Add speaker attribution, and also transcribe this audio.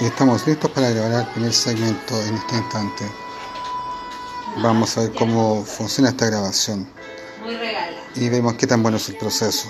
Speaker 1: estamos listos para grabar el primer segmento en este instante. Vamos a ver cómo funciona esta grabación
Speaker 2: Muy regala.
Speaker 1: y vemos qué tan bueno es el proceso.